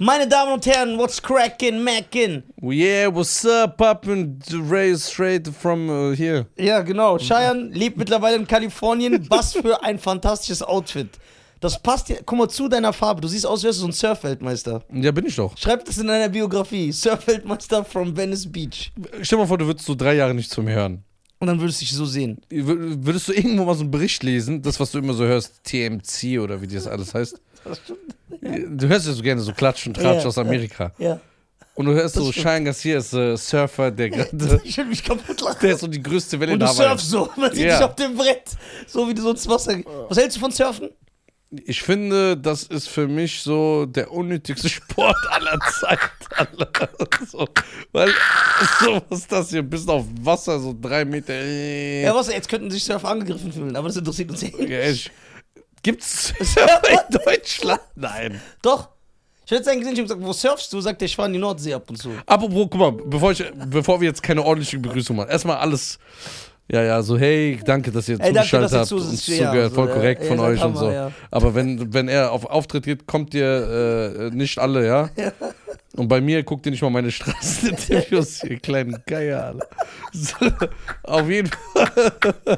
Meine Damen und Herren, what's crackin', Mackin? Oh Yeah, what's up, up and raised straight from uh, here. Ja, genau. Cheyenne lebt mittlerweile in Kalifornien. Was für ein fantastisches Outfit. Das passt dir. Guck mal zu deiner Farbe. Du siehst aus, als wärst du so ein Surfweltmeister. Ja, bin ich doch. Schreib das in deiner Biografie. Surfweltmeister from Venice Beach. Stell dir mal vor, du würdest so drei Jahre nichts von mir hören. Und dann würdest du dich so sehen. Wür- Würdest du irgendwo mal so einen Bericht lesen, das, was du immer so hörst, TMC oder wie das alles heißt? Du hörst ja so gerne so Klatsch und Tratsch Ja, aus Amerika. Ja. Und du hörst so, stimmt. Cheyenne Garcia ist äh, Surfer, der gerade. Ich will mich kaputt lachen. Der ist so die größte Welle Und du in Hawaii. surfst so, man sieht Ja. dich auf dem Brett, so wie du so ins Wasser gehst. Was hältst du von Surfen? Ich finde, das ist für mich so der unnötigste Sport aller Zeit. Alter. so, weil so was ist das hier, bist auf Wasser, so drei Meter. äh. Ja, was, jetzt könnten sich Surfer angegriffen fühlen, aber das interessiert uns nicht. Ja, ich- Gibt's Surfer in Deutschland? Nein. Doch. Ich hätte einen gesehen, ich habe gesagt, wo surfst du? Sagt der, ich fahre in die Nordsee ab und zu. Apropos, guck mal, bevor, ich, bevor wir jetzt keine ordentliche Begrüßung machen, erstmal alles. Ja, ja, so, hey, danke, dass ihr Ey, danke, zugeschaltet dass ihr habt. zu- Uns ja, zugehört, so, voll ja. korrekt Ja, von ihr seid euch und Hammer, so. ja. Aber wenn, wenn er auf Auftritt geht, kommt ihr äh, nicht alle, ja? Und bei mir guckt ihr nicht mal meine Straßeninterviews, ihr kleinen Geier, Alter. So, auf jeden Fall.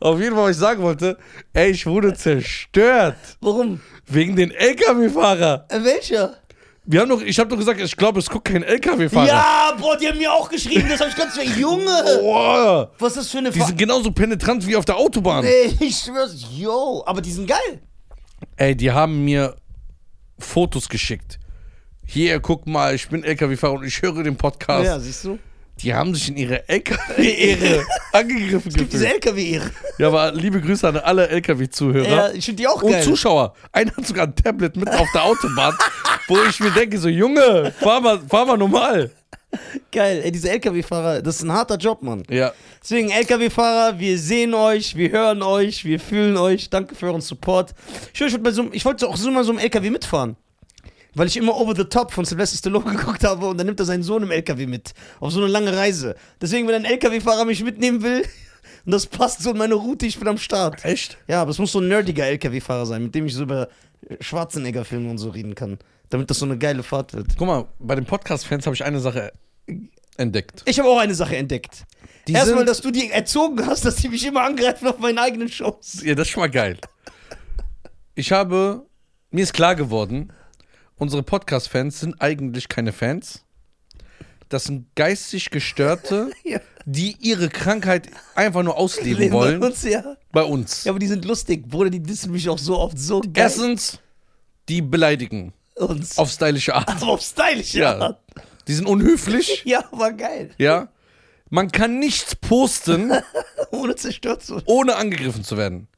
auf jeden Fall, was ich sagen wollte, ey, ich wurde zerstört. Warum? Wegen den LKW-Fahrer. Äh, welcher? Wir haben doch, ich habe doch gesagt, ich glaube, es guckt kein LKW-Fahrer. Ja, Bro, die haben mir auch geschrieben, das habe ich ganz Oh. Junge! Boah. Was ist das für eine Die Fa sind genauso penetrant wie auf der Autobahn. Ey, ich schwör's, yo, aber die sind geil. Ey, die haben mir Fotos geschickt. Hier, guck mal, ich bin LKW-Fahrer und ich höre den Podcast. Ja, siehst du? Die haben sich in ihre LKW-Ehre angegriffen Es gibt diese gefühlt. LKW-Ehre. Ja, aber liebe Grüße an alle LKW-Zuhörer. Ja, ich finde die auch Und geil. Zuschauer. Einer hat sogar ein Tablet mit auf der Autobahn, wo ich mir denke, so Junge, fahr mal, fahr mal normal. geil, ey, diese LKW-Fahrer, das ist ein harter Job, Mann. Ja, Deswegen, LKW-Fahrer, wir sehen euch, wir hören euch, wir fühlen euch. Danke für euren Support. Ich, schwör, ich, wollte bei so, einem- ich wollte auch so mal so einem LKW mitfahren. Weil ich immer Over the Top von Sylvester Stallone geguckt habe und dann nimmt er seinen Sohn im LKW mit. Auf so eine lange Reise. Deswegen, wenn ein LKW-Fahrer mich mitnehmen will, und das passt so in meine Route, ich bin am Start. echt? Ja, aber es muss so ein nerdiger LKW-Fahrer sein, mit dem ich so über Schwarzenegger-Filme und so reden kann. Damit das so eine geile Fahrt wird. Guck mal, bei den Podcast-Fans habe ich eine Sache entdeckt. Ich habe auch eine Sache entdeckt. Die Erstmal, sind- dass du die erzogen hast, dass die mich immer angreifen auf meinen eigenen Shows. Ja, das ist schon mal geil. Ich habe, mir ist klar geworden, unsere Podcast-Fans sind eigentlich keine Fans. Das sind geistig Gestörte, Ja. die ihre Krankheit einfach nur ausleben Leben bei wollen Uns, ja. bei uns. ja, aber die sind lustig, Bruder, die dissen mich auch so oft so geil. Erstens, die beleidigen uns. auf stylische Art. aber auf stylisch, Ja. Die sind unhöflich, Ja, war geil. ja. Man kann nichts posten, Ohne zerstört zu. ohne angegriffen zu werden.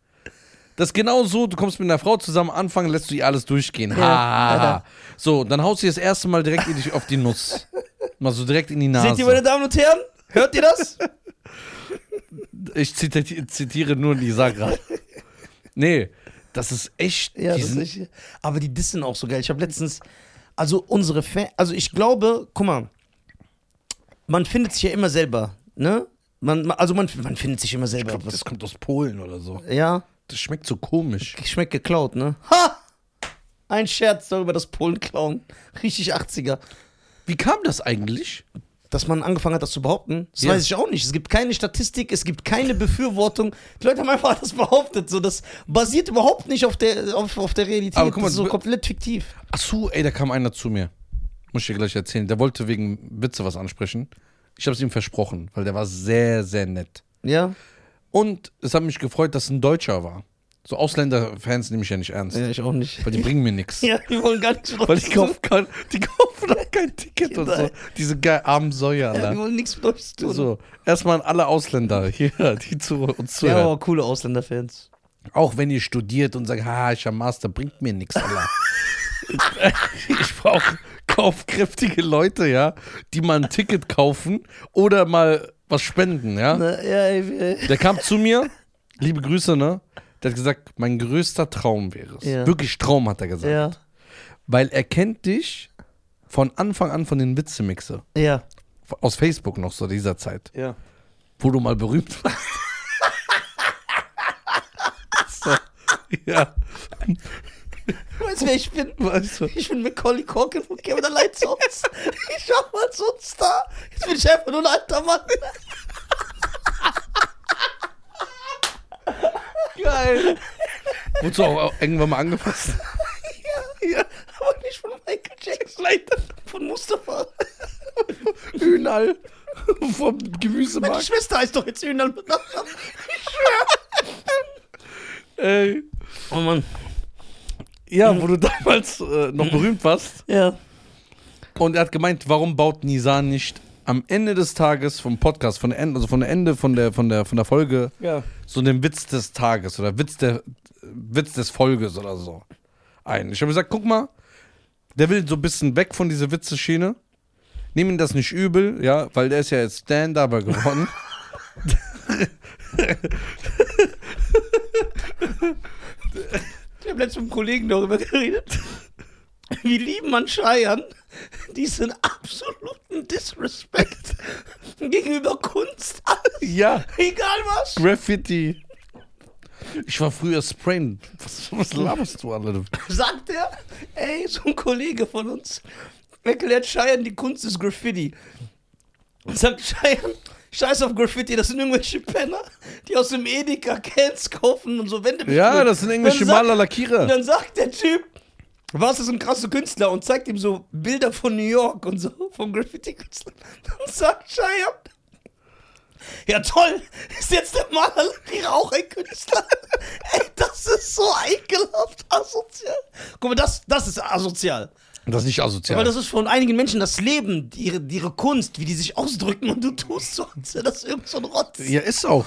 Das ist genau so, du kommst mit einer Frau zusammen, anfangen lässt du ihr alles durchgehen. Ha, ha, ha. So, dann haust du ihr das erste Mal direkt in dich auf die Nuss. Mal so direkt in die Seht ihr, meine Nase. Damen und Herren? Hört ihr das? Ich zitiere, zitiere nur die Sagra. Nee, das ist echt. Ja, die das sind, ist echt- Aber die dissen auch so geil. Ich habe letztens, also unsere Fan, also ich glaube, guck mal, man findet sich ja immer selber, ne? Man, man- also man, man findet sich immer selber. ich glaub, was, das kommt aus Polen oder so. ja, Das schmeckt so komisch. schmeckt geklaut, ne? Ha! Ein Scherz darüber, dass Polen klauen. Richtig 80er. Wie kam das eigentlich? dass man angefangen hat, das zu behaupten, das Ja. weiß ich auch nicht. Es gibt keine Statistik, es gibt keine Befürwortung. Die Leute haben einfach das behauptet. So, das basiert überhaupt nicht auf der, auf, auf der Realität. Aber guck mal, das ist so du- komplett fiktiv. Ach so, ey, da kam einer zu mir. Muss ich dir gleich erzählen. Der wollte wegen Witze was ansprechen. Ich habe es ihm versprochen, weil der war sehr, sehr nett. Ja? Und es hat mich gefreut, dass ein Deutscher war. So Ausländer-Fans nehme ich ja nicht ernst, Ja, ich auch nicht. weil die bringen mir nichts. Ja, wir wollen gar nichts mit Weil euch ich zu kaufe kein, die kaufen auch kein Ticket und so. Nein. Diese geil armen Säuer, tun. Ja, wir Alter. wollen nichts mit euch zu tun. So, erstmal an alle Ausländer hier, die zu uns ja, zuhören. aber coole Ausländerfans. Auch wenn ihr studiert und sagt, ha, ich hab Master, bringt mir nichts, Alter. ich brauche kaufkräftige Leute, ja, die mal ein Ticket kaufen oder mal was spenden, ja. Na, Ne? ja, ey, ey. Der kam zu mir, liebe Grüße, ne? Der hat gesagt, mein größter Traum wäre es. Ja. Wirklich Traum, hat er gesagt. ja, Weil er kennt dich von Anfang an von den Witzemixe. ja, Aus Facebook noch so dieser Zeit, ja. wo du mal berühmt warst. so, ja. Weißt du, wer ich bin? Weißt du? Ich bin Macaulay Culkin von Kevin allein zu Hause. Ich war mal so ein Star. Jetzt bin ich einfach nur ein alter Mann. Geil. Wozu auch irgendwann mal angefasst? Ja, ja. Aber nicht von Michael Jackson. Leider. Von Mustafa. Ünal. Vom Meine Gemüsemarkt. Schwester heißt doch jetzt Ünal. mit Nachnamen. Ey. Oh Mann. Ja, wo du damals äh, noch berühmt warst. Ja. Und er hat gemeint, warum baut Nisan nicht am Ende des Tages vom Podcast, von der End, also von der Ende von der, von der, von der Folge, Ja. so den Witz des Tages oder Witz, der, Witz des Folges oder so ein. Ich habe gesagt, guck mal, der will so ein bisschen weg von dieser Witzeschiene. Nimm ihm das nicht übel, ja, weil der ist ja jetzt Stand-Upper geworden. Ich habe letztens mit einem Kollegen darüber geredet, wie lieb man Scheiern diesen absoluten Disrespect gegenüber Kunst hat. ja, Egal was. Graffiti. Ich war früher Sprain. Was, was laberst du alle? sagt er, ey, so ein Kollege von uns erklärt Scheiern, die Kunst ist Graffiti. Und sagt Scheiern, scheiß auf Graffiti, das sind irgendwelche Penner, die aus dem Edeka Cans kaufen und so Wände Ja, besprühen. das sind englische Dann sagt- Maler, Und Lackierer. dann sagt der Typ, was ist ein krasser Künstler und zeigt ihm so Bilder von New York und so, von Graffiti-Künstlern. Dann sagt Scheiern, ja toll, ist jetzt der Maler Lackierer auch ein Künstler? Ey, das ist so ekelhaft asozial. Guck mal, das, das ist asozial. Das ist nicht asozial. Weil das ist von einigen Menschen das Leben, die ihre, die ihre Kunst, wie die sich ausdrücken und du tust so, als wäre das irgend so ein Rotz. ja, ist auch.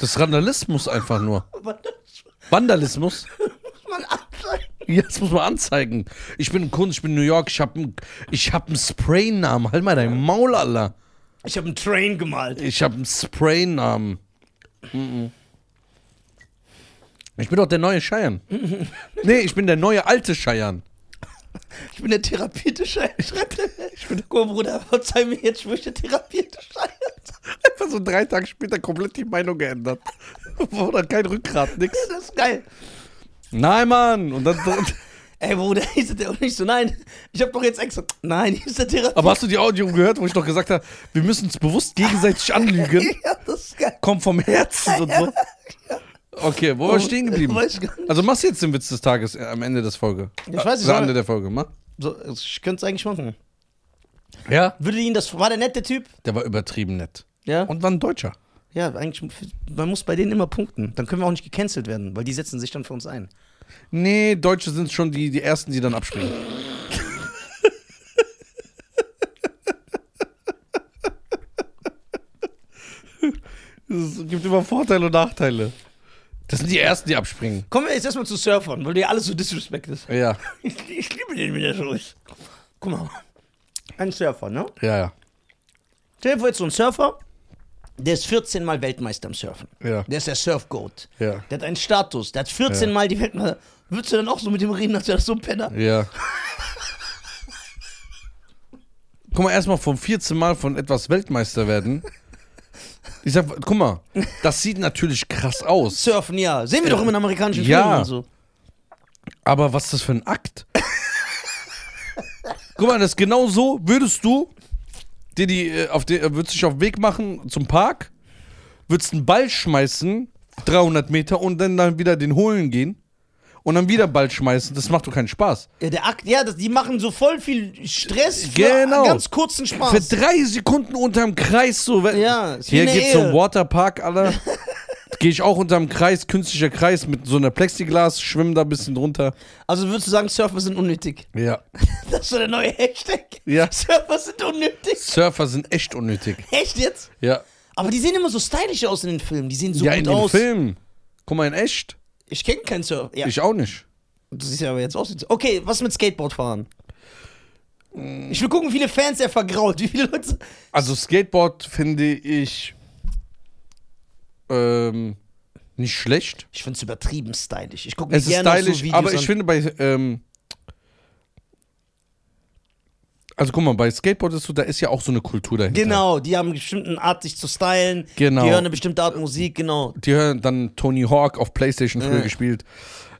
Das ist Randalismus einfach nur. Aber das muss Vandalismus. man abschalten. Ja, das muss man anzeigen. Ich bin ein Kunst, ich bin in New York, ich hab einen ich hab einen Spray-Namen. Halt mal dein Maul, Alter. Ich habe einen Train gemalt. Ich hab einen Spray-Namen. Ich bin doch der neue Scheiern. Nee, ich bin der neue alte Scheiern. Ich bin der therapeutische Schritte. Ich bin Guck mal, Bruder, verzeih mir jetzt, ich bin der therapeutische Schritte. Einfach so drei Tage später komplett die Meinung geändert. Oder kein Rückgrat, nix. Das ist geil. Nein, Mann. Und dann, Ey, Bruder, hieß der und nicht so, nein, ich habe doch jetzt extra. Nein, hieß der Therapeut. aber hast du die Audio gehört, wo ich doch gesagt habe, wir müssen uns bewusst gegenseitig anlügen? Ja, das ist geil. Kommt vom Herzen und so. Okay, wo war ich stehen geblieben? Weiß ich gar nicht. Also machst du jetzt den Witz des Tages äh, am Ende des Folge. Äh, Ich weiß nicht, Am soll- Ende der Folge, mach. So, ich könnte es eigentlich machen. Ja. Würde ihn das. War der nette Typ? Der war übertrieben nett. Ja. Und war ein Deutscher. Ja, eigentlich, man muss bei denen immer punkten. Dann können wir auch nicht gecancelt werden, weil die setzen sich dann für uns ein. Nee, Deutsche sind schon die, die Ersten, die dann abspringen. Es gibt immer Vorteile und Nachteile. Das sind die Ersten, die abspringen. Kommen wir jetzt erstmal zu Surfern, weil dir alles so disrespect ist. Ja, Ich, ich liebe den wieder so. Ich- Guck mal. Ein Surfer, ne? ja, ja. Stell dir vor, jetzt so ein Surfer, der ist 14 Mal Weltmeister im Surfen. Ja. Der ist der Surf-Goat. Ja. Der hat einen Status. Der hat 14 Ja. Mal die Weltmeister. Würdest du dann auch so mit dem reden, als wäre das so ein Penner? Ja. Guck mal, erstmal vom 14 Mal von etwas Weltmeister werden. Ich sag, guck mal, das sieht natürlich krass aus. Surfen, ja. Sehen wir doch immer in amerikanischen Ja. Filmen und so. Aber was ist das für ein Akt? Guck mal, das ist genau so, würdest du dir die, äh, auf die, äh, würdest dich auf den Weg machen zum Park, würdest einen Ball schmeißen, 300 Meter, und dann, dann wieder den holen gehen und dann wieder Ball schmeißen, das macht doch keinen Spaß. Ja, der Akt, ja, das, die machen so voll viel Stress für Genau. ganz kurzen Spaß. Für drei Sekunden unterm Kreis so. wenn- Ja, ist wie Hier eine geht's Ehe. zum Waterpark, Alter. Gehe ich auch unterm Kreis, künstlicher Kreis mit so einer Plexiglas, schwimm da ein bisschen drunter. Also würdest du sagen, Surfer sind unnötig? Ja. Das ist so der neue Hashtag. Ja. Surfer sind unnötig. Surfer sind echt unnötig. Echt jetzt? Ja. Aber die sehen immer so stylisch aus in den Filmen. Die sehen so ja, gut in den aus. Filmen. Guck mal, in echt. Ich kenne keinen Surfer. Ja, Ich auch nicht. du siehst ja aber jetzt aus. wie- Okay, was mit Skateboardfahren? Ich will gucken, wie viele Fans er vergrault. Wie viele Leute. Also Skateboard finde ich ähm, nicht schlecht. Ich find's übertrieben stylisch. Ich gucke mir Es ist gerne auch stylisch, so Videos aber ich an. finde bei. Ähm, also guck mal, bei Skateboard ist so, da ist ja auch so eine Kultur dahinter. Genau, die haben eine bestimmte Art, sich zu stylen. Genau. Die hören eine bestimmte Art Musik, genau. Die hören dann Tony Hawk auf Playstation früher Ja. gespielt.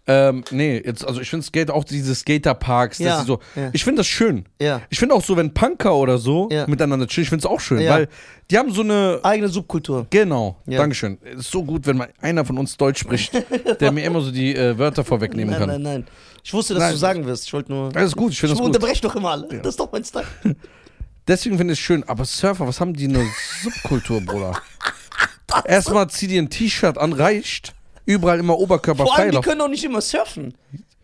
Ähm, nee, jetzt, also ich finde Skater auch diese Skaterparks, dass Ja, sie so. ja. Ich finde das schön. Ja. Ich finde auch so, wenn Punker oder so Ja. miteinander chillen, ich finde es auch schön, Ja. weil die haben so eine. Eigene Subkultur. Genau, Ja. Dankeschön. Es ist so gut, wenn mal einer von uns Deutsch spricht, der mir immer so die äh, Wörter vorwegnehmen Nein, kann. nein, nein. Ich wusste, dass Nein. du sagen wirst. Ich wollte nur. Das ist gut, ich finde Ich das gut. unterbreche doch immer alle. Das ist doch mein Style. Deswegen finde ich es schön, aber Surfer, was haben die eine Subkultur, Bruder? Erstmal zieh dir ein T-Shirt an, reicht. Überall immer Oberkörper Vor allem, die freilaufen. können doch nicht immer surfen.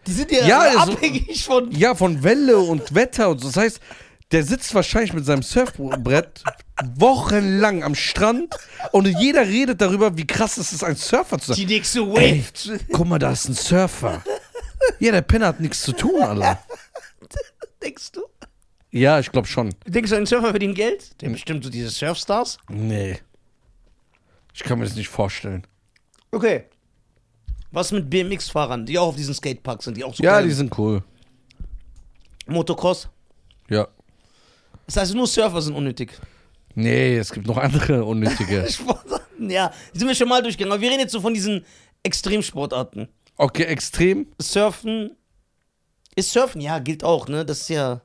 Die sind ja, Ja, ist so- abhängig von. Ja, von Welle und Wetter und so. Das heißt, der sitzt wahrscheinlich mit seinem Surfbrett wochenlang am Strand und jeder redet darüber, wie krass es ist, ein Surfer zu sein. Die nächste Ey, Wave. guck mal, da ist ein Surfer. Ja, der Penner hat nichts zu tun, Alter. Denkst du? Ja, ich glaube schon. Denkst du, ein Surfer verdient Geld? Hm. Der bestimmt so diese Surfstars. Nee. Ich kann mir das nicht vorstellen. Okay. Was mit BMX-Fahrern, die auch auf diesen Skateparks sind, die auch so Ja, klein- die sind cool. Motocross. Ja. Das heißt, nur Surfer sind unnötig. Nee, es gibt noch andere unnötige. Sportarten, ja, die sind wir schon mal durchgegangen. Aber wir reden jetzt so von diesen Extremsportarten. Okay, extrem. Surfen ist Surfen, ja, gilt auch, ne? Das ist ja.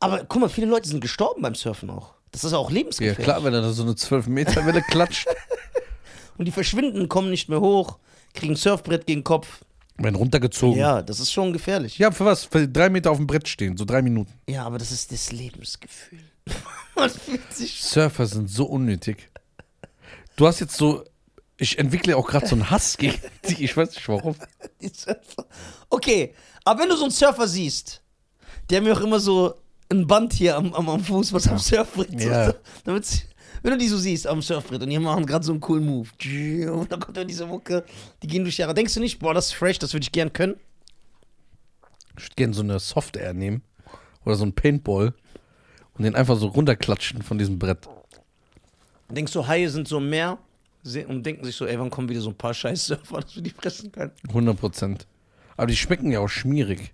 Aber guck mal, viele Leute sind gestorben beim Surfen auch. Das ist auch Ja, lebensgefährlich. klar, wenn er da so eine 12-Meter-Welle klatscht. Und die verschwinden, kommen nicht mehr hoch, kriegen Surfbrett gegen den Kopf. Wenn runtergezogen. Ja, das ist schon gefährlich. Ja, für was? Für drei Meter auf dem Brett stehen, so drei Minuten. Ja, aber das ist das Lebensgefühl. Man fühlt sich. Surfer sind so unnötig. Du hast jetzt so. Ich entwickle auch gerade so einen Hass gegen die. Ich weiß nicht warum. Die Surfer. Okay, aber wenn du so einen Surfer siehst, der mir auch immer so ein Band hier am, am, am Fuß, was am Surfbrett Ja. so, damit sie- wenn du die so siehst am Surfbrett und die machen gerade so einen coolen Move. Und dann kommt dann diese Mucke, die gehen durch die Jahre. Denkst du nicht, boah, das ist fresh, das würde ich gern können? Ich würde gerne so eine Soft Air nehmen. Oder so ein Paintball. Und den einfach so runterklatschen von diesem Brett. Denkst du, Haie sind so mehr und denken sich so, ey, wann kommen wieder so ein paar scheiß Surfer, dass wir die fressen können? 100%. Aber die schmecken ja auch schmierig.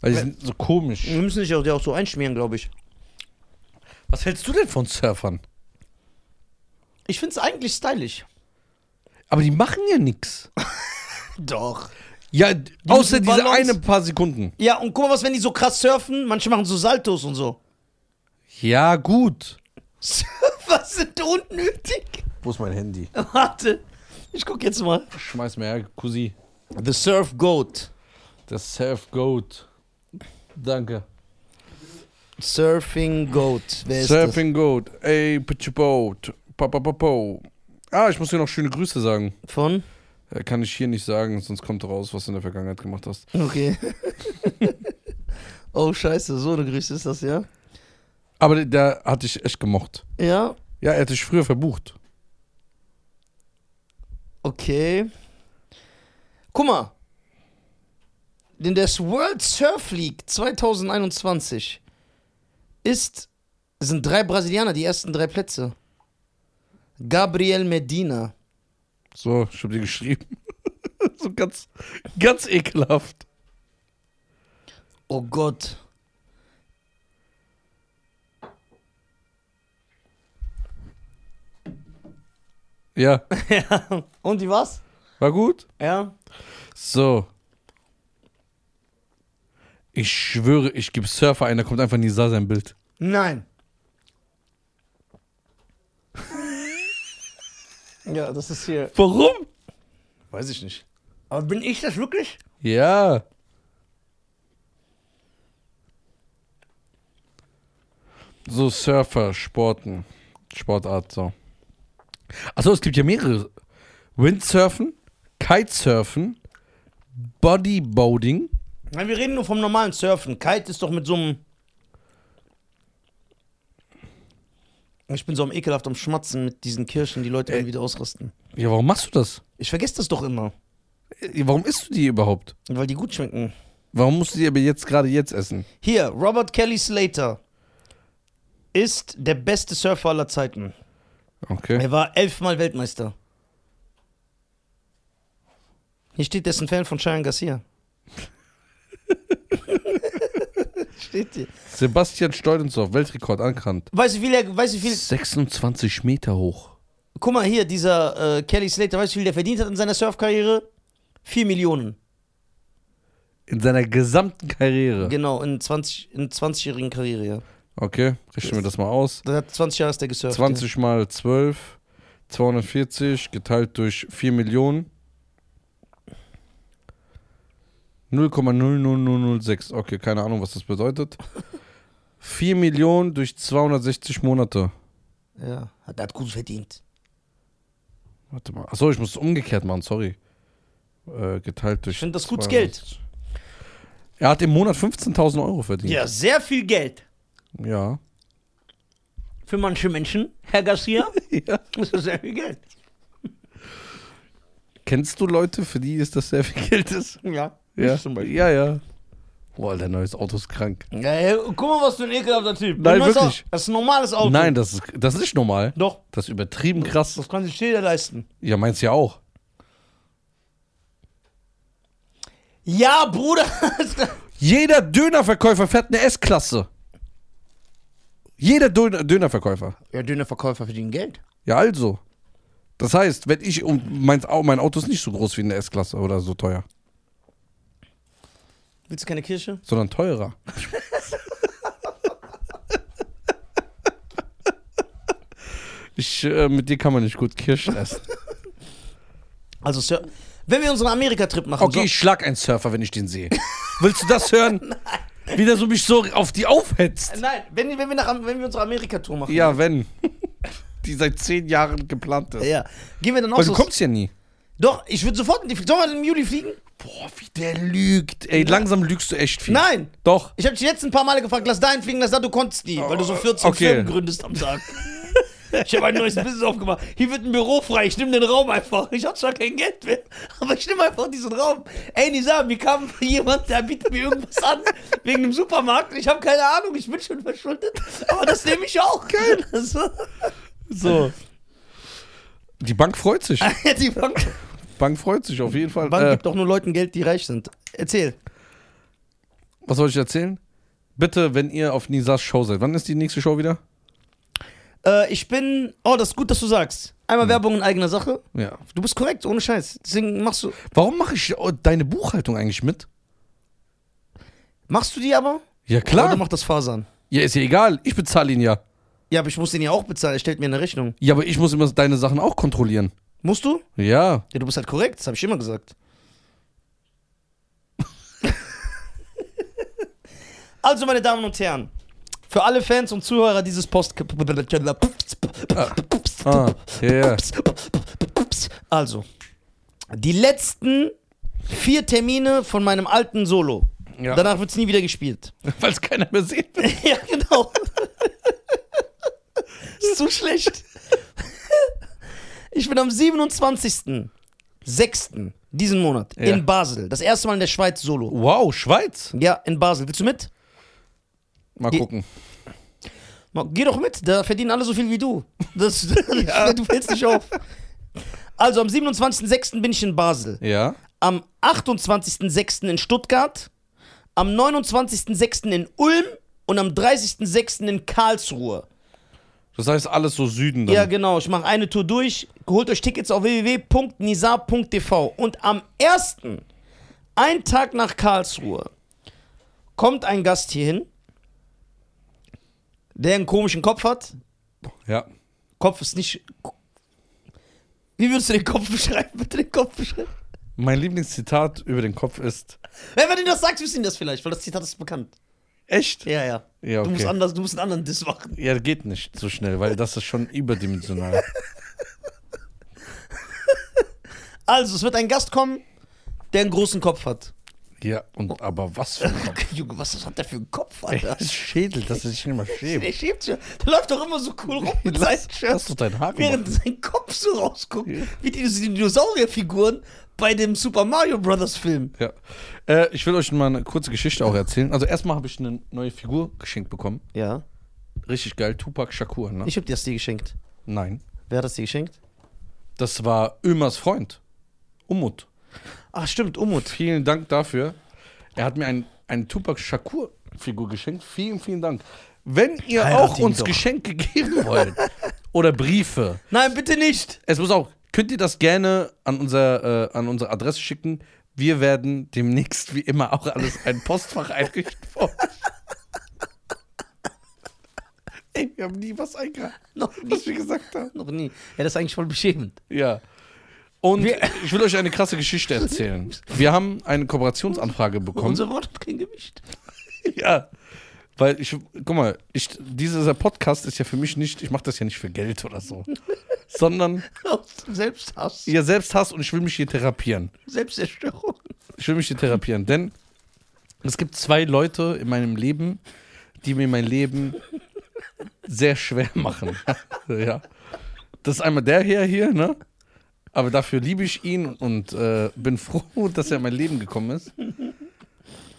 Weil die sind so komisch. Wir müssen dich auch, die auch so einschmieren, glaube ich. Was hältst du denn von Surfern? Ich finde es eigentlich stylisch. Aber die machen ja nichts. Doch. Ja, außer müssen diese Balance- eine paar Sekunden. Ja, und guck mal, was, wenn die so krass surfen, manche machen so Saltos und so. Ja, gut. Was sind unnötig? Wo ist mein Handy? Warte, ich guck jetzt mal. Schmeiß mir her, Cousi. The Surf Goat. Der Surf Goat. Danke. Surfing Goat. Wer Surfing Goat. Ey, put your boat. Pa, pa, pa, po. Ah, ich muss dir noch schöne Grüße sagen. das? Von? Äh, Kann ich hier nicht sagen, sonst kommt raus, was du in der Vergangenheit gemacht hast. Okay. oh, scheiße, so eine Grüße ist das, ja? Aber der, der hat dich echt gemocht. Ja, Ja, er hat dich früher verbucht. okay. Guck mal. In der World Surf League 2021 ist, sind drei Brasilianer die ersten drei Plätze. Gabriel Medina. So, ich hab dir geschrieben. so ganz, ganz ekelhaft. Oh Gott. Ja, Und die was? war gut. Ja. So. Ich schwöre, ich gebe Surfer ein, da kommt einfach Nisa sein Bild. Nein. ja, das ist hier. Warum? Weiß ich nicht. Aber bin ich das wirklich? Ja. So Surfer, Sporten, Sportart, so. Achso, es gibt ja mehrere. Windsurfen, Kitesurfen, Bodyboarding. Nein, wir reden nur vom normalen Surfen. Kite ist doch mit so einem. Ich bin so am ekelhaft am Schmatzen mit diesen Kirschen, die Leute irgendwie wieder ausrasten. Ja, warum machst du das? Ich vergesse das doch immer, Äh, Warum isst du die überhaupt? weil die gut schmecken. Warum musst du die aber jetzt gerade jetzt essen? Hier, Robert Kelly Slater ist der beste Surfer aller Zeiten. Okay. Er war elfmal Weltmeister. Hier steht, dessen Fan von Sharon Garcia. steht hier. Sebastian Stoldensorf, Weltrekord anerkannt. Weißt du, wie viel, er- weißt du, wie viel. 26 Meter hoch. Guck mal hier, dieser äh, Kelly Slater, weißt du, wie viel der verdient hat in seiner Surfkarriere? 4 Millionen. In seiner gesamten Karriere. Genau, in 20, in 20-jährigen Karriere, ja. Okay, richten wir das mal aus. Das hat 20 Jahre ist der gesurft. 20 mal 12, 240 geteilt durch 4 Millionen. 0,00006. Okay, keine Ahnung, was das bedeutet. 4 Millionen durch 260 Monate. Ja. ja. Hat- Der hat gut verdient. Warte mal. Achso, ich muss es umgekehrt machen, sorry. Äh, geteilt durch. Ich finde das gutes 260. Er hat im Monat 15.000 Euro verdient. Ja, sehr viel Geld. Ja. Für manche Menschen, Herr Garcia, ja. ist das sehr viel Geld. Kennst du Leute, für die ist das sehr viel Geld ist? Ja. Ja. Ich zum Beispiel. ja, ja. Boah, dein neues Auto ist krank. Ja, ey, guck mal, was für ein ekelhafter Typ. Nein, Du meinst wirklich. auch, Das ist ein normales Auto. Nein, das ist, das ist nicht normal. Doch, Das ist übertrieben krass. das kann sich jeder leisten. Ja, meins ja auch. Ja, Bruder. Jeder Dönerverkäufer fährt eine S-Klasse. Jeder Döner Dönerverkäufer. ja, Dönerverkäufer verdienen Geld. Ja, also. Das heißt, wenn ich und mein, Au- mein Auto ist nicht so groß wie eine S-Klasse oder so teuer, Willst du keine Kirsche? sondern teurer. ich, äh, mit dir kann man nicht gut Kirschen essen. Also, Sir, wenn wir unseren Amerika-Trip machen, Okay, ich schlag einen Surfer, wenn ich den sehe. Willst du das hören? Wie der so mich so auf die aufhetzt. so, nein, wenn, wenn, wir nach, Am- wenn wir unsere Amerika-Tour machen, Ja, wenn. Die seit zehn Jahren geplant ist. ja, gehen wir dann auch Weil du so. kommst ja nie. Doch, ich würde sofort in die Sollen wir im Juli fliegen? Boah, wie der lügt. Ey, langsam lügst du echt viel. Nein. Doch. Ich habe dich jetzt ein paar Male gefragt, lass dahin fliegen, lass da, du konntest nie, weil du so 14 Oh, okay. Firmen gründest am Tag. Ich habe ein neues Business aufgemacht. Hier wird ein Büro frei. Ich nehme den Raum einfach. Ich habe zwar kein Geld mehr, aber ich nehme einfach diesen Raum. Ey, Nisa, mir kam jemand, der bietet mir irgendwas an wegen dem Supermarkt. Ich habe keine Ahnung, ich bin schon verschuldet. Aber das nehme ich auch. Geil. Also, So. Die Bank freut sich. die Bank, Bank freut sich auf jeden Fall. Bank Äh, gibt doch nur Leuten Geld, die reich sind. Erzähl. was soll ich erzählen? Bitte, wenn ihr auf Nisas Show seid. Wann ist die nächste Show wieder? Äh, ich bin. Oh, das ist gut, dass du sagst. Hm. Einmal Werbung in eigener Sache. Ja. Du bist korrekt, ohne Scheiß. Deswegen machst du. Warum mache ich oh, deine Buchhaltung eigentlich mit? Machst du die aber? Ja, Oder klar. macht das Fasern? Ja, ist ja egal. Ich bezahle ihn ja. Ja, aber ich muss den ja auch bezahlen. Er stellt mir eine Rechnung. Ja, aber ich muss immer deine Sachen auch kontrollieren. Musst du? Ja. Ja, du bist halt korrekt. Das habe ich immer gesagt. also, meine Damen und Herren, für alle Fans und Zuhörer dieses Post. Ah, ja, ja. Also, die letzten vier Termine von meinem alten Solo. Ja. Danach wird es nie wieder gespielt. Weil es keiner mehr sehen will. Ja, genau. ist zu schlecht. Ich bin am 27.06. diesen Monat Ja. in Basel. Das erste Mal in der Schweiz solo. Wow, Schweiz. Ja, in Basel. Willst du mit? Mal Die- gucken. Ma- Geh doch mit, da verdienen alle so viel wie du. Das, Du fällst nicht auf. Also am 27.06. bin ich in Basel. Ja. Am 28.06. in Stuttgart. Am 29.06. in Ulm. Und am 30.06. in Karlsruhe. Das heißt alles so Süden dann. Ja, genau. Ich mache eine Tour durch. Holt euch Tickets auf www.nisa.tv. Und am 1., ein Tag nach Karlsruhe, kommt ein Gast hierhin, der einen komischen Kopf hat. ja. Kopf ist nicht. Wie würdest du den Kopf beschreiben? Bitte den Kopf beschreiben. Mein Lieblingszitat über den Kopf ist. Wenn du dir das sagst, wissen die das vielleicht, weil das Zitat ist bekannt. Echt? Ja, ja. Ja, Du, musst okay. anders, du musst einen anderen Diss machen. Ja, geht nicht so schnell, weil das ist schon überdimensional. Also, es wird ein Gast kommen, der einen großen Kopf hat. Ja, und aber was für ein Kopf. Junge, was hat der für einen Kopf, Ey, Alter? das ist Schädel, dass er sich nicht mal Der schämt. schiebt schon. Der läuft doch immer so cool rum mit seinen Lass Shirts, doch dein Haar während machen. sein Kopf so rausguckt, Ja. wie die, die Dinosaurierfiguren bei dem Super Mario Brothers Film. Ja. Äh, ich will euch mal eine kurze Geschichte auch erzählen. Also erstmal habe ich eine neue Figur geschenkt bekommen. Ja. Richtig geil, Tupac Shakur, ne? Ich hab dir das dir geschenkt. Nein. Wer hat das dir geschenkt? Das war Ömers Freund. Umut. Ach, Ah, stimmt, Umut. Vielen Dank dafür. Er hat mir ein, eine Tupac Shakur-Figur geschenkt. Vielen, vielen Dank. Wenn ihr Heirat auch ihn uns doch. Geschenke geben wollt oder Briefe, Nein, bitte nicht. es muss auch Könnt ihr das gerne an, unser, äh, an unsere Adresse schicken? Wir werden demnächst wie immer auch alles ein Postfach einrichten. wollen. Ey, wir haben nie was eingehalten, Noch nie. was wir gesagt haben. Noch nie. Ja, das ist eigentlich voll beschämend. Ja. Und Wir- ich will euch eine krasse Geschichte erzählen. Wir haben eine Kooperationsanfrage bekommen. Unser Wort hat kein Gewicht. Ja. Weil ich, guck mal, ich, dieser Podcast ist ja für mich nicht, ich mache das ja nicht für Geld oder so, sondern Aus dem Selbsthass. ihr selbst hast und ich will mich hier therapieren. Selbstzerstörung. Ich will mich hier therapieren, denn es gibt zwei Leute in meinem Leben, die mir mein Leben sehr schwer machen. ja. Das ist einmal der hier, hier, ne? Aber dafür liebe ich ihn und äh, bin froh, dass er in mein Leben gekommen ist.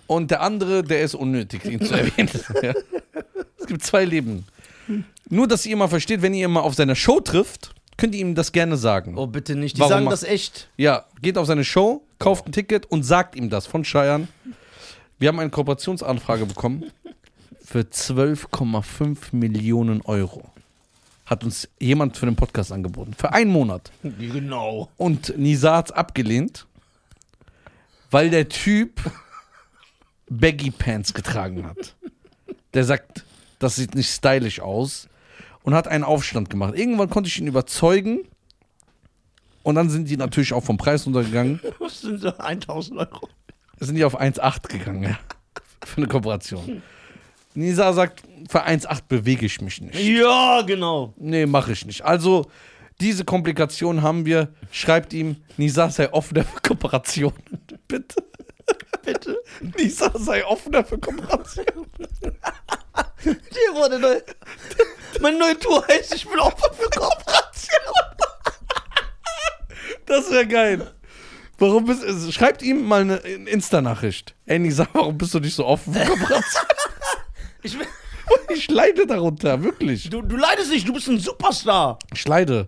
Und der andere, der ist unnötig, ihn zu erwähnen. ja. Es gibt zwei Leben. Nur, dass ihr mal versteht, wenn ihr ihn mal auf seiner Show trifft, könnt ihr ihm das gerne sagen. Oh, bitte nicht. Die Warum sagen mach- das echt. Ja, geht auf seine Show, kauft ein Ticket und sagt ihm das von Scheiern. Wir haben eine Kooperationsanfrage bekommen für 12,5 Millionen Euro. Hat uns jemand für den Podcast angeboten. Für einen Monat. Genau. Und Nisa hat's abgelehnt, weil der Typ Baggy Pants getragen hat. Der sagt, das sieht nicht stylisch aus und hat einen Aufstand gemacht. Irgendwann konnte ich ihn überzeugen und dann sind die natürlich auch vom Preis untergegangen. Das sind so 1000 Euro. Sind die auf 1,8 gegangen, ja. Für eine Kooperation. Nisa sagt, für 1,8 bewege ich mich nicht. Ja, genau. Nee, mache ich nicht. Also, diese Komplikation haben wir. Schreibt ihm, Nisa sei offener für Kooperation. Bitte. Bitte. Nisa sei offener für Kooperation. Hier wurde neu. Meine neue Tour heißt, ich bin offen für Kooperation. Das wäre geil. Warum bist also, Schreibt ihm mal eine Insta-Nachricht. Ey, Nisa, warum bist du nicht so offen für Kooperation? Ich bin, Ich leide darunter, wirklich. du, du leidest nicht, du bist ein Superstar. Ich leide.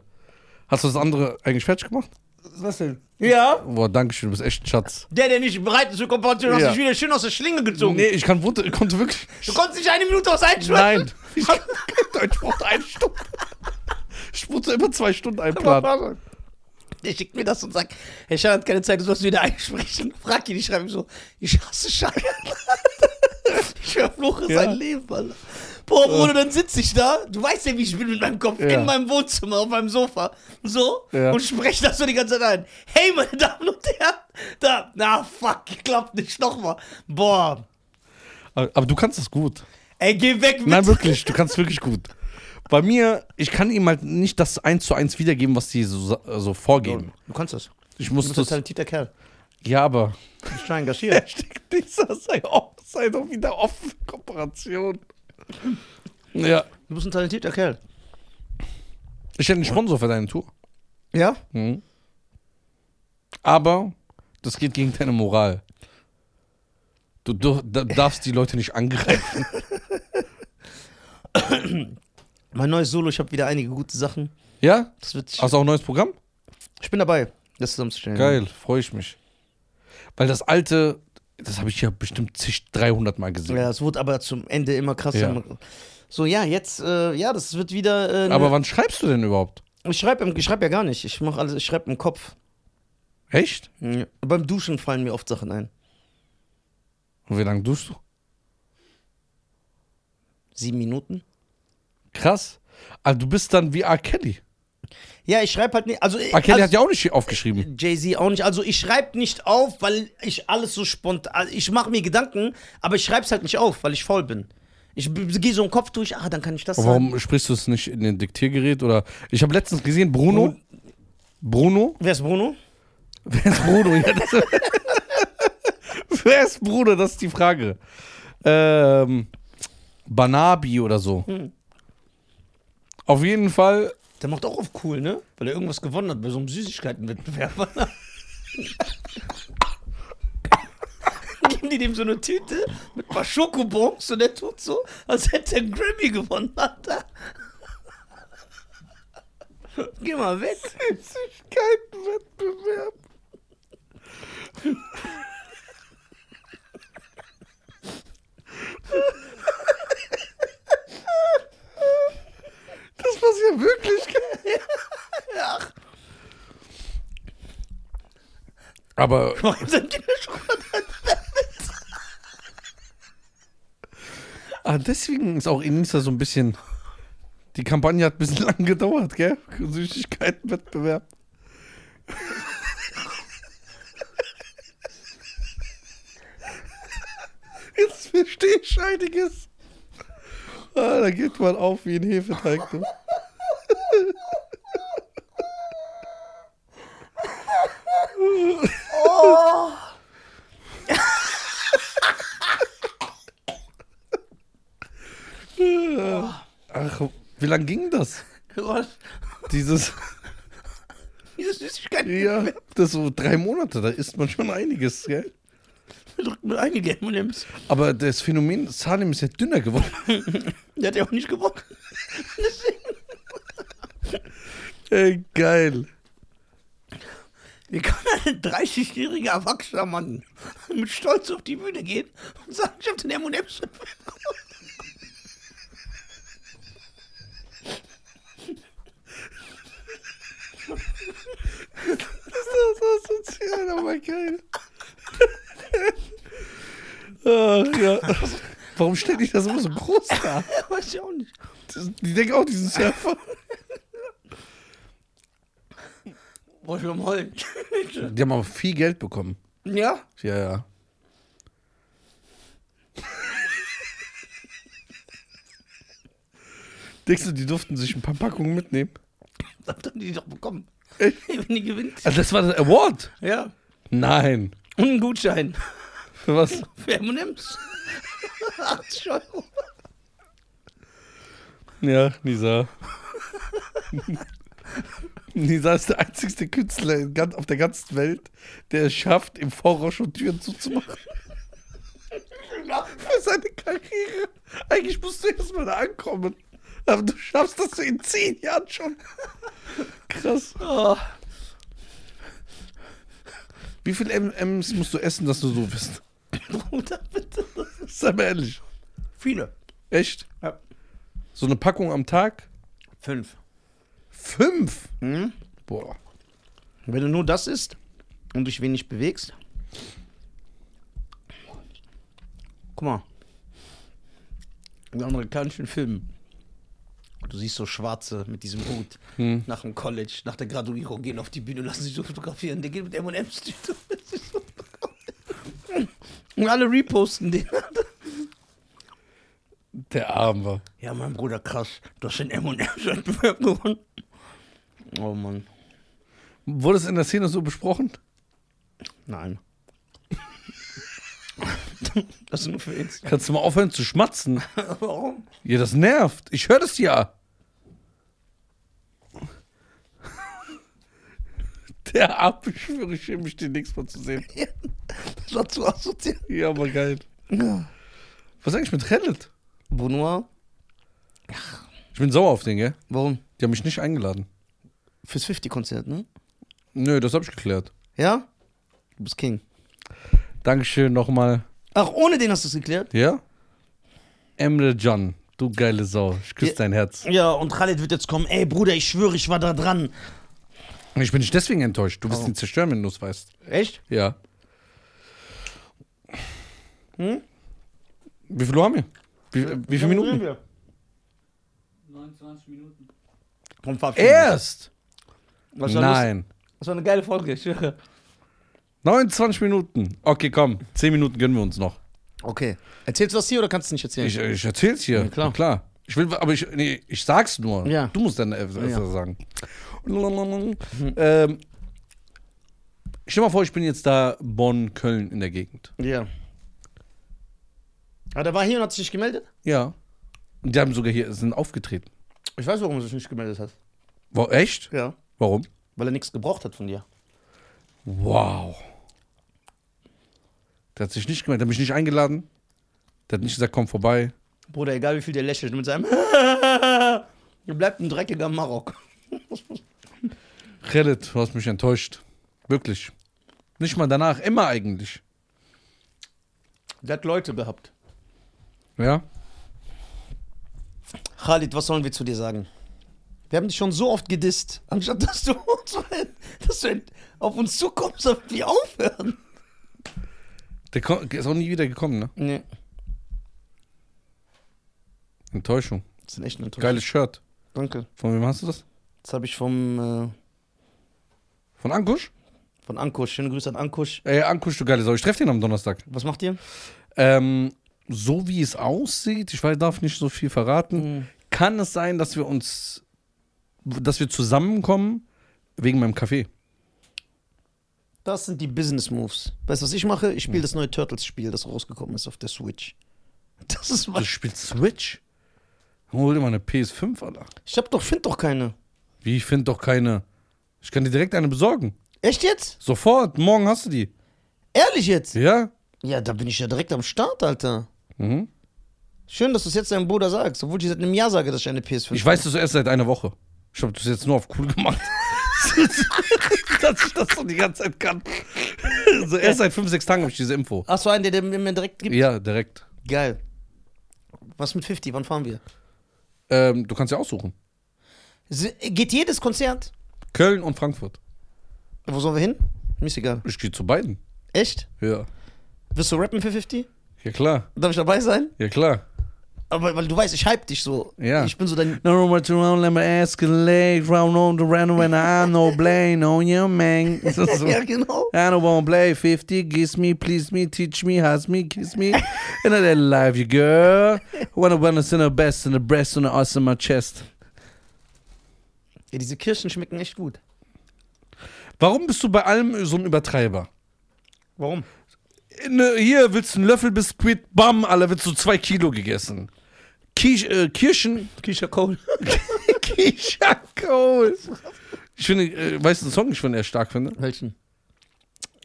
Hast du das andere eigentlich fertig gemacht? Was denn? Ja? Boah, Dankeschön, du bist echt ein Schatz. Der, der nicht bereit ist zur Kooperation, hast Ja. dich wieder schön aus der Schlinge gezogen. Nee, ich kann, wund- konnte wirklich. Du konntest nicht eine Minute aus einschweifen. Nein, ich kann kein Deutsch, ich brauchte eine Stunde. Ich musste immer zwei Stunden einplanen. Der schickt mir das und sagt, Herr Schein hat keine Zeit, du sollst wieder einsprechen. Frag ihn, ich schreibe ihm so, ich hasse Schein. ich verfluche Ja. sein Leben, Alter. Boah, Bruder, dann sitze ich da, du weißt ja, wie ich bin mit meinem Kopf, Ja. in meinem Wohnzimmer, auf meinem Sofa, so, Ja. und spreche das so die ganze Zeit ein. Hey, meine Damen und Herren, da, na, fuck, klappt nicht, nochmal. Boah, Aber, aber du kannst das gut. ey, geh weg mit. Nein, wirklich, du kannst wirklich gut. Bei mir, ich kann ihm halt nicht das eins zu eins wiedergeben, was die so, sa- so vorgeben. Du kannst das. Ich Du muss bist ein das. talentierter Kerl. Ja, aber. Schein Gassier. Dieser sei, off- sei doch wieder offen für Kooperation. Ja. Du bist ein talentierter Kerl. Ich hätte einen Sponsor für deine Tour. Ja? Mhm. Aber das geht gegen deine Moral. Du, du da, darfst die Leute nicht angreifen. Mein neues Solo, ich habe wieder einige gute Sachen. Ja? Das wird sich Hast du auch ein neues Programm? Ich bin dabei, das zusammenzustellen. Geil, freue ich mich. Weil das alte, das habe ich ja bestimmt zig, 300 Mal gesehen. Ja, es wurde aber zum Ende immer krasser. Ja. So, ja, jetzt, äh, ja, das wird wieder. Äh, Aber wann schreibst du denn überhaupt? ne- ich schreibe ich schreib ja gar nicht. Ich mache alles, ich schreibe im Kopf. Echt? Ja. Beim Duschen fallen mir oft Sachen ein. Und wie lange duschst du? Sieben Minuten? Krass. Also du bist dann wie R. Kelly. Ja, ich schreibe halt nicht. Also, ich- R. Kelly hat also ja auch nicht aufgeschrieben. Jay-Z auch nicht. Also, ich schreibe nicht auf, weil ich alles so spontan. Also ich mache mir Gedanken, aber ich schreibe es halt nicht auf, weil ich faul bin. Ich gehe so im Kopf durch, ah, dann kann ich das Aber sagen. warum sprichst du es nicht in den Diktiergerät? Oder ich habe letztens gesehen, Bruno. Bruno? Wer ist Bruno? Wer ist Bruno? Ja, das, wer ist Bruno? Das ist die Frage. Ähm, Banabi oder so. Auf jeden Fall Der macht auch auf cool, ne? Weil er irgendwas gewonnen hat bei so einem Süßigkeitenwettbewerb. Geben die dem so eine Tüte mit ein paar Schokobons und der tut so, als hätte er einen Grammy gewonnen, Alter. Geh mal weg. Süßigkeitenwettbewerb. Das war's ja wirklich. Ach, Aber Mach ihm seine Kinderschokolade. ah, deswegen ist auch Insta so ein bisschen. Die Kampagne hat ein bisschen lang gedauert, gell? Süßigkeitenwettbewerb. Jetzt verstehe ich einiges. Ah, da geht man auf wie ein Hefeteig. Ne? Oh. Ach, wie lang ging das? Gott, Dieses. diese Süßigkeit. Ja, das so drei Monate, da isst man schon einiges, gell? Drückt mir einige M&M's. Aber das Phänomen, Salim ist ja dünner geworden. Der hat ja auch nicht gewonnen. Ey, geil. Wie kann ein 30-jähriger erwachsener Mann mit Stolz auf die Bühne gehen und sagen, ich hab den M&M's Das ist so oh sozial, aber geil. Ach ja. Warum stelle ich das immer so groß da? Weiß ich auch nicht. Die denken auch, diesen Surfer. Wollte ich beim Heulen. Die haben aber viel Geld bekommen. ja? Ja, ja. Denkst du, die durften sich ein paar Packungen mitnehmen? Habt dann die doch bekommen. Echt? Wenn die gewinnt. Also das war das Award? Ja. Nein. Und ein Gutschein. Für was? Für M&M's. 80 Euro. Ja, Nisa. Nisa ist der einzigste Künstler in gan- auf der ganzen Welt, der es schafft, im Voraus schon Türen zuzumachen für seine Karriere. Eigentlich musst du erst mal da ankommen. Aber du schaffst das in zehn Jahren schon. Krass. Oh. Wie viel MMs musst du essen, dass du so bist? Bruder, bitte. Sei mal ehrlich. Viele. Echt? Ja. So eine Packung am Tag? Fünf. Fünf? Mhm. Boah. Wenn du nur das isst und dich wenig bewegst. Guck mal. In amerikanischen Filmen. Du siehst so Schwarze mit diesem Hut nach dem College, nach der Graduierung, gehen auf die Bühne und lassen sich so fotografieren. Der geht mit M&M's durch so- sich so fotografieren. Und alle reposten den. Der Arme. Ja, mein Bruder, krass. Das sind M&M's-Wettbewerb gewonnen. Oh Mann. Wurde es in der Szene so besprochen? Nein. das ist nur für Insta. Kannst du mal aufhören zu schmatzen? Warum? Ja, das nervt. Ich höre das ja. Der Arme, ich schwöre, ich schäme mich, den nächstes Mal zu sehen. Das war zu assoziiert. Ja, aber geil. Ja. Was eigentlich mit Reddit? Bonoir? Ich bin sauer auf den, gell? Warum? Die haben mich nicht eingeladen. Fürs 50-Konzert, ne? Nö, das habe ich geklärt. Ja? Du bist King. Dankeschön nochmal. Ach, ohne den hast du es geklärt? Ja? Emre Can, du geile Sau. Ich küsse Ja. dein Herz. Ja, und Khaled wird jetzt kommen. Ey, Bruder, ich schwöre, ich war da dran. Ich bin nicht deswegen enttäuscht. Du wirst Warum? ihn zerstören, wenn du es weißt. Echt? Ja. Hm? Wie viel Uhr haben wir? Wie, wie viele Minuten? wir? 29 Minuten. Komm, Fabio. Erst! Was war Nein. Nein. Das war eine geile Folge, ich schwöre. 29 Minuten. Okay, komm. 10 Minuten gönnen wir uns noch. Okay. Erzählst du das hier oder kannst du es nicht erzählen? Ich, ich erzähl's hier. Ja, klar. Ich will, aber ich, nee, ich sag's nur. Ja. Du musst dann erst erst Ja. Mhm. sagen. Ähm, stell mal vor, ich bin jetzt da Bonn, Köln in der Gegend. ja. Aber der war hier und hat sich nicht gemeldet? Ja. Und die haben sogar hier, sind aufgetreten. Ich weiß, warum er sich nicht gemeldet hat. Wow, echt? Ja. Warum? Weil er nichts gebraucht hat von dir. Wow. Der hat sich nicht gemeldet, der hat mich nicht eingeladen. Der hat nicht gesagt, komm vorbei. Bruder, egal wie viel der lächelt mit seinem. Du bleibst ein dreckiger Marok. Reddit, du hast mich enttäuscht. Wirklich. Nicht mal danach, immer eigentlich. Der hat Leute gehabt. Ja? Khalid, was sollen wir zu dir sagen? Wir haben dich schon so oft gedisst. Anstatt dass du, uns, dass du auf uns zukommst, damit wir aufhören. Der ko- ist auch nie wieder gekommen, ne? Nee. Enttäuschung. Das ist echt eine Enttäuschung. Geiles Shirt. Danke. Von wem hast du das? Das habe ich vom, Von Ankusch? äh, von Ankusch. Schöne Grüße an Ankusch. Ey, Ankusch, du geile Sau. Ich treffe den am Donnerstag. Was macht ihr? Ähm, so wie es aussieht, ich weiß, darf nicht so viel verraten, kann es sein, dass wir uns, dass wir zusammenkommen wegen meinem Kaffee. Das sind die Business Moves. Weißt du, was ich mache? Ich spiele das neue Turtles-Spiel, das rausgekommen ist auf der Switch. Das ist Du was. spielst Switch? Hol dir mal eine PS5, Alter. Ich hab doch, find doch keine. Wie, ich finde doch keine. Ich kann dir direkt eine besorgen. Echt jetzt? Sofort, morgen hast du die. Ehrlich jetzt? Ja? Ja, da bin ich ja direkt am Start, Alter. Mhm. Schön, dass du es jetzt deinem Bruder sagst, obwohl ich seit einem Jahr sage, dass ich eine PS5 Ich weiß das erst seit einer Woche. Ich habe das jetzt nur auf cool gemacht. dass ich das so die ganze Zeit kann. so erst seit fünf, sechs Tagen habe ich diese Info. Ach so, einen, der, der mir direkt gibt. Ja, direkt. Geil. Was mit 50? Wann fahren wir? Ähm, du kannst ja aussuchen. Se- Geht jedes Konzert? Köln und Frankfurt. Wo sollen wir hin? Mir ist egal. Ich gehe zu beiden. Echt? Ja. Wirst du rappen für 50? Ja klar, Darf ich dabei sein? ja klar. Aber weil du weißt, ich hype dich so. Ja. Ich bin so dein. No room what you want, let me escalate. Round on the run when I'm no blame on your man. So, so. Ja, genau. I don't wanna play 50, kiss me, please me, teach me, has me, kiss me. And I let live you girl. Wanna wanna send her best in the breast and the ass in my chest. Ja, diese Kirschen schmecken echt gut. Warum bist du bei allem so ein Übertreiber? Warum? Ne, hier willst du einen Löffel Biskuit, bam, alle willst du zwei Kilo gegessen. Kisch, äh, Kirschen, Kisha Cole. Keisha Cole. Ich finde, äh, weißt du einen Song, ich finde, er stark finde? Welchen?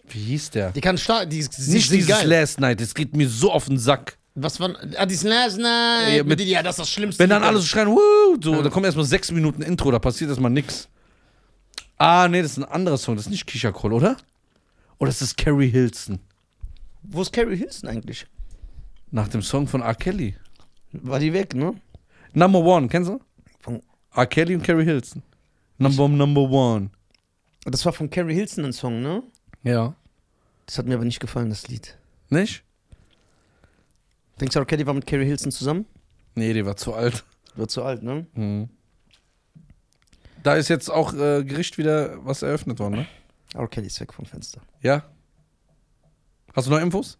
Wie hieß der? Die kann stark. Die, die Nicht sind dieses Last Night, es geht mir so auf den Sack. Was war. Ah, die Snaps, nein. Ja, mit- ja, das ist das Schlimmste. Wenn dann alle so schreien, Woo! so, dann kommen erstmal sechs Minuten Intro, da passiert erstmal nix. Ah, nee, das ist ein anderer Song, das ist nicht Keisha Cole, oder? Oder ist das Carrie Hilson? Wo ist Carrie Hilson eigentlich? Nach dem Song von R. Kelly. War die weg, ne? Number One, kennst du? Von- R. Kelly und Carrie Hilson. Number, number One. Das war von Carrie Hilson ein Song, ne? Ja. Das hat mir aber nicht gefallen, das Lied. Nicht? Denkst du, R. Kelly war mit Carrie Hilson zusammen? Nee, die war zu alt. War zu alt, ne? Da ist jetzt auch äh, Gericht wieder was eröffnet worden, ne? R. Kelly ist weg vom Fenster. Ja. Hast du noch Infos?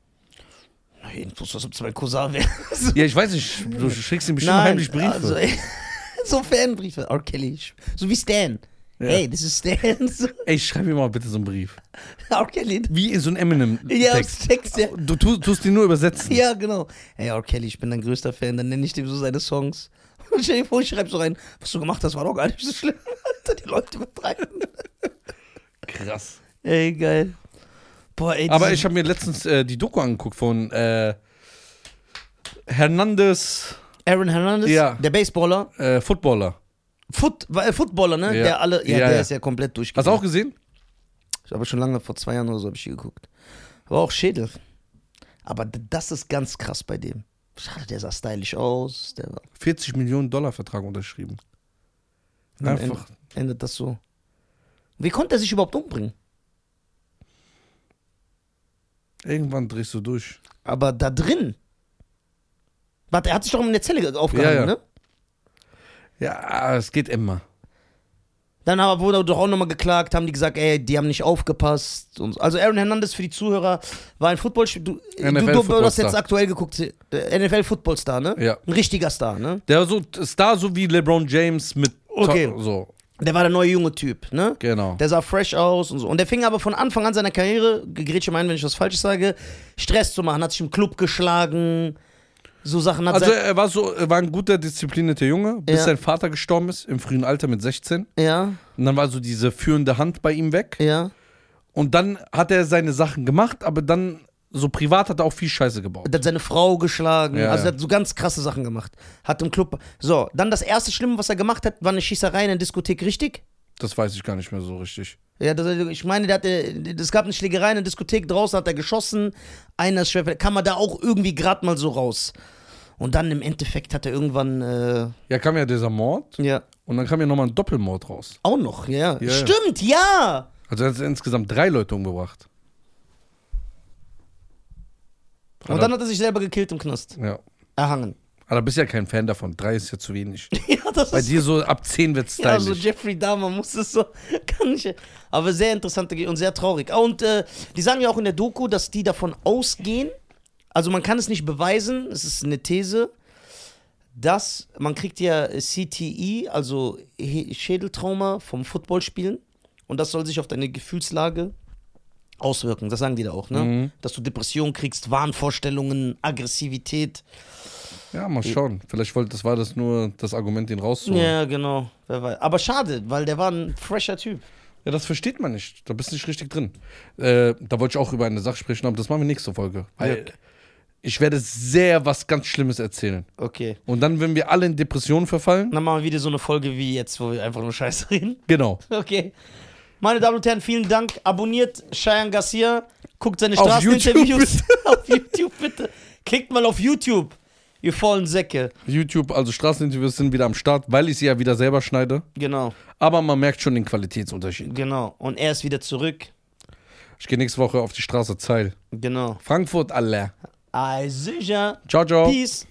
Na, jedenfalls, was ob es mein Cousin wäre. Ja, ich weiß nicht. Du schickst ihm bestimmt heimlich Briefe. Also, ey, so Fanbriefe. R. Kelly. So wie Stan. Ja. Hey, das ist Stan. So, Ey, schreib mir mal bitte so einen Brief. R. Kelly. Wie in so ein Ja, Eminem-Text. Text. Text, ja. Du tust, tust ihn nur übersetzen. Ja, genau. Hey, R. Kelly, ich bin dein größter Fan, dann nenne ich dir so seine Songs. Und stell dir vor, ich schreibe so rein, was du gemacht hast, war doch gar nicht so schlimm. Alter, die Leute betreiben. Krass. Ey, geil. Boah, ey, Aber diese- ich habe mir letztens äh, die Doku angeguckt von äh, Hernandez, Aaron Hernandez, Ja. der Baseballer, äh, Footballer. Foot, war er Footballer, ne? Ja. Der alle, ja, Ja, der ja. ist ja komplett Hast durchgegangen. du auch gesehen? Ich habe schon lange, vor zwei Jahren oder so, habe ich die geguckt. Aber auch Schädel. Aber d- das ist ganz krass bei dem. Schade, der sah stylisch aus. Der war, 40 Millionen Dollar Vertrag unterschrieben. Am Einfach. Ende, endet das so. Wie konnte er sich überhaupt umbringen? Irgendwann drehst du durch. Aber da drin. Warte, er hat sich doch in der Zelle ge- aufgehangen, Ja, ja. ne? Ja, es geht immer. Dann aber wurde doch auch nochmal geklagt, haben die gesagt, ey, die haben nicht aufgepasst. Und so. Also Aaron Hernandez für die Zuhörer war ein Football. Du, du, du, du hast NFL-Footballstar. jetzt aktuell geguckt, äh, NFL-Footballstar, ne? Ja. Ein richtiger Star, ne? Der war so Star so wie LeBron James mit Okay. Top- so Der war der neue junge Typ, ne? genau. Der sah fresh aus und so. Und der fing aber von Anfang an seiner Karriere, gegrätsche mal ein, wenn ich was Falsches sage, Stress zu machen. Hat sich im Club geschlagen, so Sachen. Hat Also sein, er war so er war ein guter disziplinierter Junge, bis Ja. sein Vater gestorben ist im frühen Alter mit 16 ja, und dann war so diese führende Hand bei ihm weg ja. und dann hat er seine Sachen gemacht, aber dann so privat hat er auch viel Scheiße gebaut. Der hat seine Frau geschlagen. Ja, also ja. der hat so ganz krasse Sachen gemacht. Hat im Club. So, dann das erste Schlimme, was er gemacht hat, war eine Schießerei in der Diskothek, richtig? Das weiß ich gar nicht mehr so richtig. Ja, das, ich meine, der hatte, es gab eine Schlägerei in der Diskothek, draußen hat er geschossen, einer ist schwer verletzt. Kam er da auch irgendwie gerade mal so raus. Und dann im Endeffekt hat er irgendwann, äh, Ja, kam ja dieser Mord ja, und dann kam ja nochmal ein Doppelmord raus. auch noch, ja. Ja, ja. Stimmt, ja! Also er hat insgesamt drei Leute umgebracht. Und dann hat er sich selber gekillt im Knast. Ja. Erhangen. Aber du bist ja kein Fan davon. Drei ist ja zu wenig. ja, das Bei ist. dir so ab zehn wird's Ja, also so stylisch. Jeffrey Dahmer muss es so. Kann ich, aber sehr interessant und sehr traurig. Ah, Und äh, die sagen ja auch in der Doku, dass die davon ausgehen, also man kann es nicht beweisen, es ist eine These, dass man kriegt ja CTE, also He- Schädeltrauma vom Footballspielen und das soll sich auf deine Gefühlslage auswirken. Das sagen die da auch, ne? Mhm. Dass du Depressionen kriegst, Wahnvorstellungen, Aggressivität. ja, mal schauen. Vielleicht wollte das war das nur das Argument, den rauszuholen. Ja, genau. Wer weiß. Aber schade, weil der war ein fresher Typ. Ja, das versteht man nicht. Da bist du nicht richtig drin. Äh, da wollte ich auch über eine Sache sprechen, aber das machen wir nächste Folge. Weil ich werde sehr was ganz Schlimmes erzählen. Okay. Und dann, wenn wir alle in Depressionen verfallen, Dann machen wir wieder so eine Folge wie jetzt, wo wir einfach nur Scheiße reden. genau. Okay. Meine Damen und Herren, vielen Dank. Abonniert Cheyenne Garcia. Guckt seine Auf YouTube, Straßeninterviews. auf YouTube, bitte. Klickt mal auf YouTube. Ihr faulen Säcke. YouTube, also Straßeninterviews sind wieder am Start, weil ich sie ja wieder selber schneide. Genau, Aber man merkt schon den Qualitätsunterschied. genau. Und er ist wieder zurück. Ich gehe nächste Woche auf die Straße Zeil. Genau. Frankfurt, alle. Also, ja. Ciao, ciao. Peace.